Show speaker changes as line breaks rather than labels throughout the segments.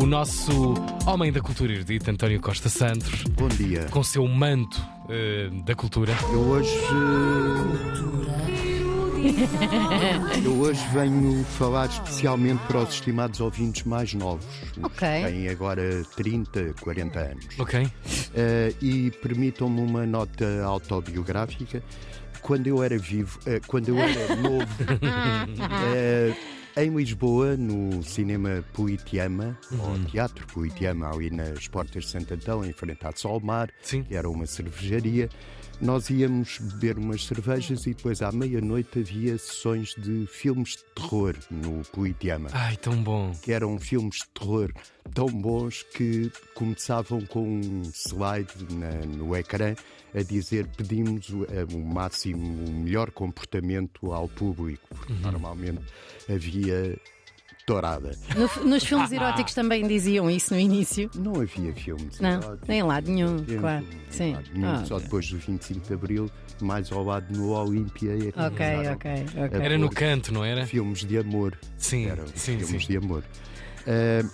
o nosso homem da cultura erudita, António Costa Santos,
Bom dia.
com o seu manto eh, da cultura.
Eu hoje. eh, Eu hoje venho falar especialmente para os estimados ouvintes mais novos. os
Ok.
que Têm agora 30, 40 anos.
Ok?
Eh, e permitam-me uma nota autobiográfica. Quando eu era vivo, eh, quando eu era novo, eh, em Lisboa, no cinema Poitiama, ou Teatro Poitiama, ali nas portas de Santo Antão, em frente à Solmar,
Sim.
que era uma cervejaria, nós íamos beber umas cervejas e depois à meia-noite havia sessões de filmes de terror no Poitiama
Ai, tão bom.
que eram filmes de terror tão bons que começavam com um slide na- no ecrã a dizer pedimos o, eh, o máximo, o melhor comportamento ao público, porque normalmente havia tourada.
No- nos filmes eróticos também diziam isso no início.
Não havia filmes
Não,
eróticos,
nem lado nenhum,
filmes
claro.
em
Sim.
lado nenhum,
Ah,
Só depois do 25 de Abril, mais ao lado no Olímpia. é que
Ok,
começaram
ok,
É
ok.
Era no canto, não era?
Filmes de amor.
Sim,
eram
sim,
filmes
sim.
de amor. Ah,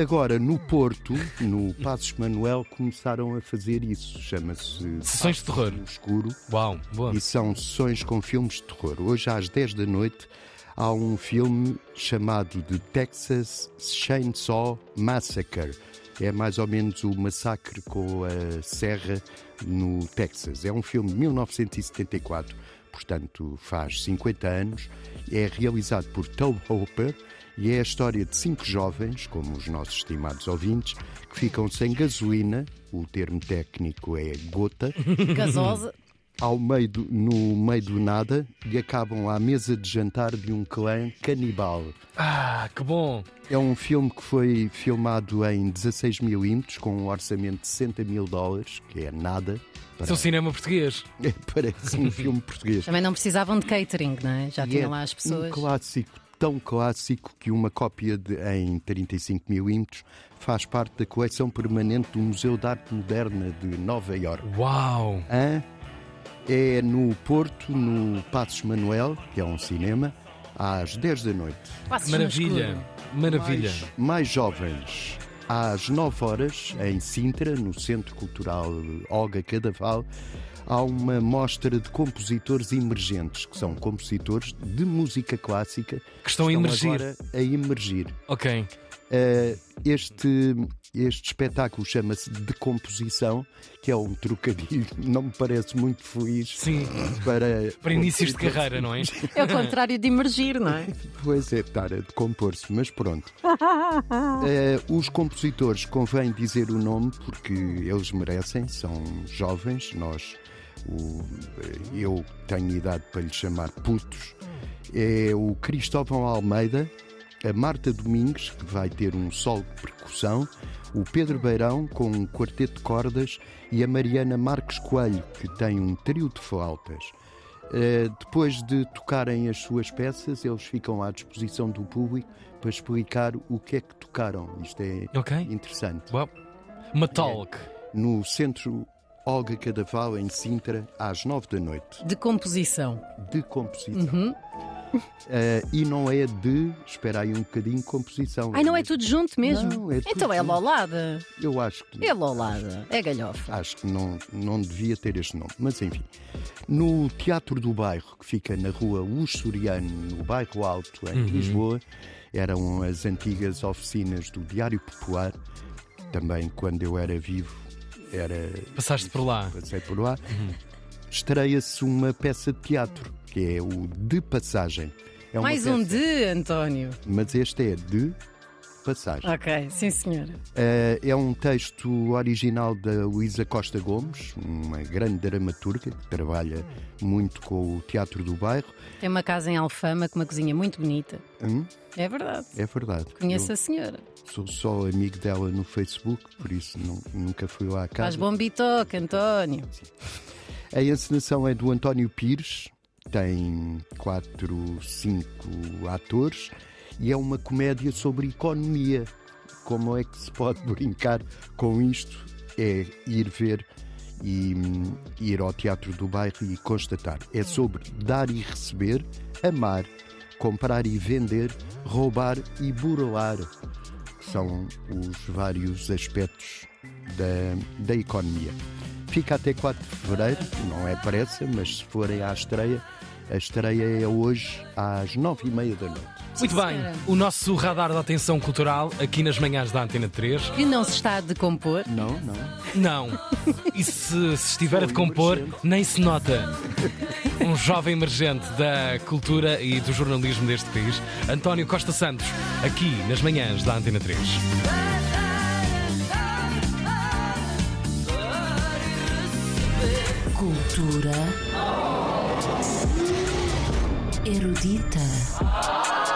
agora, no Porto, no Passos Manuel, começaram a fazer isso. Chama-se
Sessões de terror.
No Escuro
Uau, boa.
e são sessões com filmes de terror. Hoje, às 10 da noite, há um filme chamado The Texas Chainsaw Massacre. É mais ou menos o massacre com a serra no Texas. É um filme de 1974, portanto faz 50 anos. É realizado por Tom Hopper e é a história de cinco jovens, como os nossos estimados ouvintes, que ficam sem gasolina, o termo técnico é gota,
Gasosa.
ao meio do- no meio do nada e acabam à mesa de jantar de um clã canibal.
Ah, que bom.
É um filme que foi filmado em 16 milímetros, com um orçamento de 60 mil dólares, que é nada.
Seu cinema português.
Parece um filme português.
Também não precisavam de catering, não é? Já
E
tinham
é
lá as pessoas.
Um clássico, tão clássico que uma cópia de, em 35mm faz parte da coleção permanente do Museu de Arte Moderna de Nova Iorque.
Uau.
Hã? É no Porto, no Passos Manuel, que é um cinema, às 10 da noite.
Passos no
Maravilha.
é escuro.
Maravilha.
Mais, mais jovens, às 9 horas, em Sintra, no Centro Cultural Olga Cadaval, há uma mostra de compositores emergentes, que são compositores de música clássica
Que estão a emergir.
agora a emergir.
Ok.
Uh, este, este espetáculo chama-se Decomposição, que é um trocadilho, não me parece muito feliz.
Sim.
Para,
Para inícios de carreira, não é?
É o contrário de emergir, não é?
Pois é, estar a decompor-se, mas pronto. Eh, os compositores, convém dizer o nome porque eles merecem, são jovens, nós, o- eu tenho idade para lhes chamar putos. É o Cristóvão Almeida, a Marta Domingues, que vai ter um solo de percussão, o Pedro Beirão, com um quarteto de cordas, e a Mariana Marques Coelho, que tem um trio de flautas. Uh, depois de tocarem as suas peças, eles ficam à disposição do público para explicar o que é que tocaram. Isto é
Ok.
interessante.
Uau. Uma talk.
No centro Olga Cadaval, em Sintra, às nove da noite,
De composição.
de composição.
Uhum.
Uh, e não é de, espera aí um bocadinho, composição.
Ai, não é tudo junto mesmo?
Não, é tudo
então é
junto.
lolada.
Eu acho que.
É lolada. É galhofa.
Acho que não, não devia ter este nome, mas enfim. No Teatro do Bairro, que fica na rua Ursuriano, no Bairro Alto, em Lisboa, eram as antigas oficinas do Diário Popular. Também quando eu era vivo, era,
Passaste por lá.
passei por lá. Estreia-se uma peça de teatro, que é o De Passagem. É uma
Mais um
peça,
de, António.
Mas este é De Passagem.
Ok, sim, senhora.
Eh, é um texto original da Luísa Costa Gomes, uma grande dramaturga que trabalha muito com o teatro do bairro.
Tem uma casa em Alfama com uma cozinha muito bonita.
Hum,
É verdade.
é verdade.
Conheço a senhora.
Eu sou só amigo dela no Facebook, por isso nu- nunca fui lá à
Faz
casa.
bom bitoque, António.
A encenação é do António Pires, tem quatro, cinco atores e é uma comédia sobre economia. Como é que se pode brincar com isto? É ir ver e hum, ir ao Teatro do Bairro e constatar. É sobre dar e receber, amar, comprar e vender, roubar e burlar. que são os vários aspectos da, da economia. Fica até 4 de fevereiro, não é pressa, mas se forem à estreia, a estreia é hoje às 9h30 da noite.
Muito bem,
senhora.
o nosso radar da atenção cultural aqui nas manhãs da Antena 3.
Que não se está a decompor.
Não, não.
Não. E se, se estiver a
Um
decompor,
emergente.
nem se nota. Um jovem emergente da cultura e do jornalismo deste país, António Costa Santos, aqui nas manhãs da Antena 3.
Cultura erudita.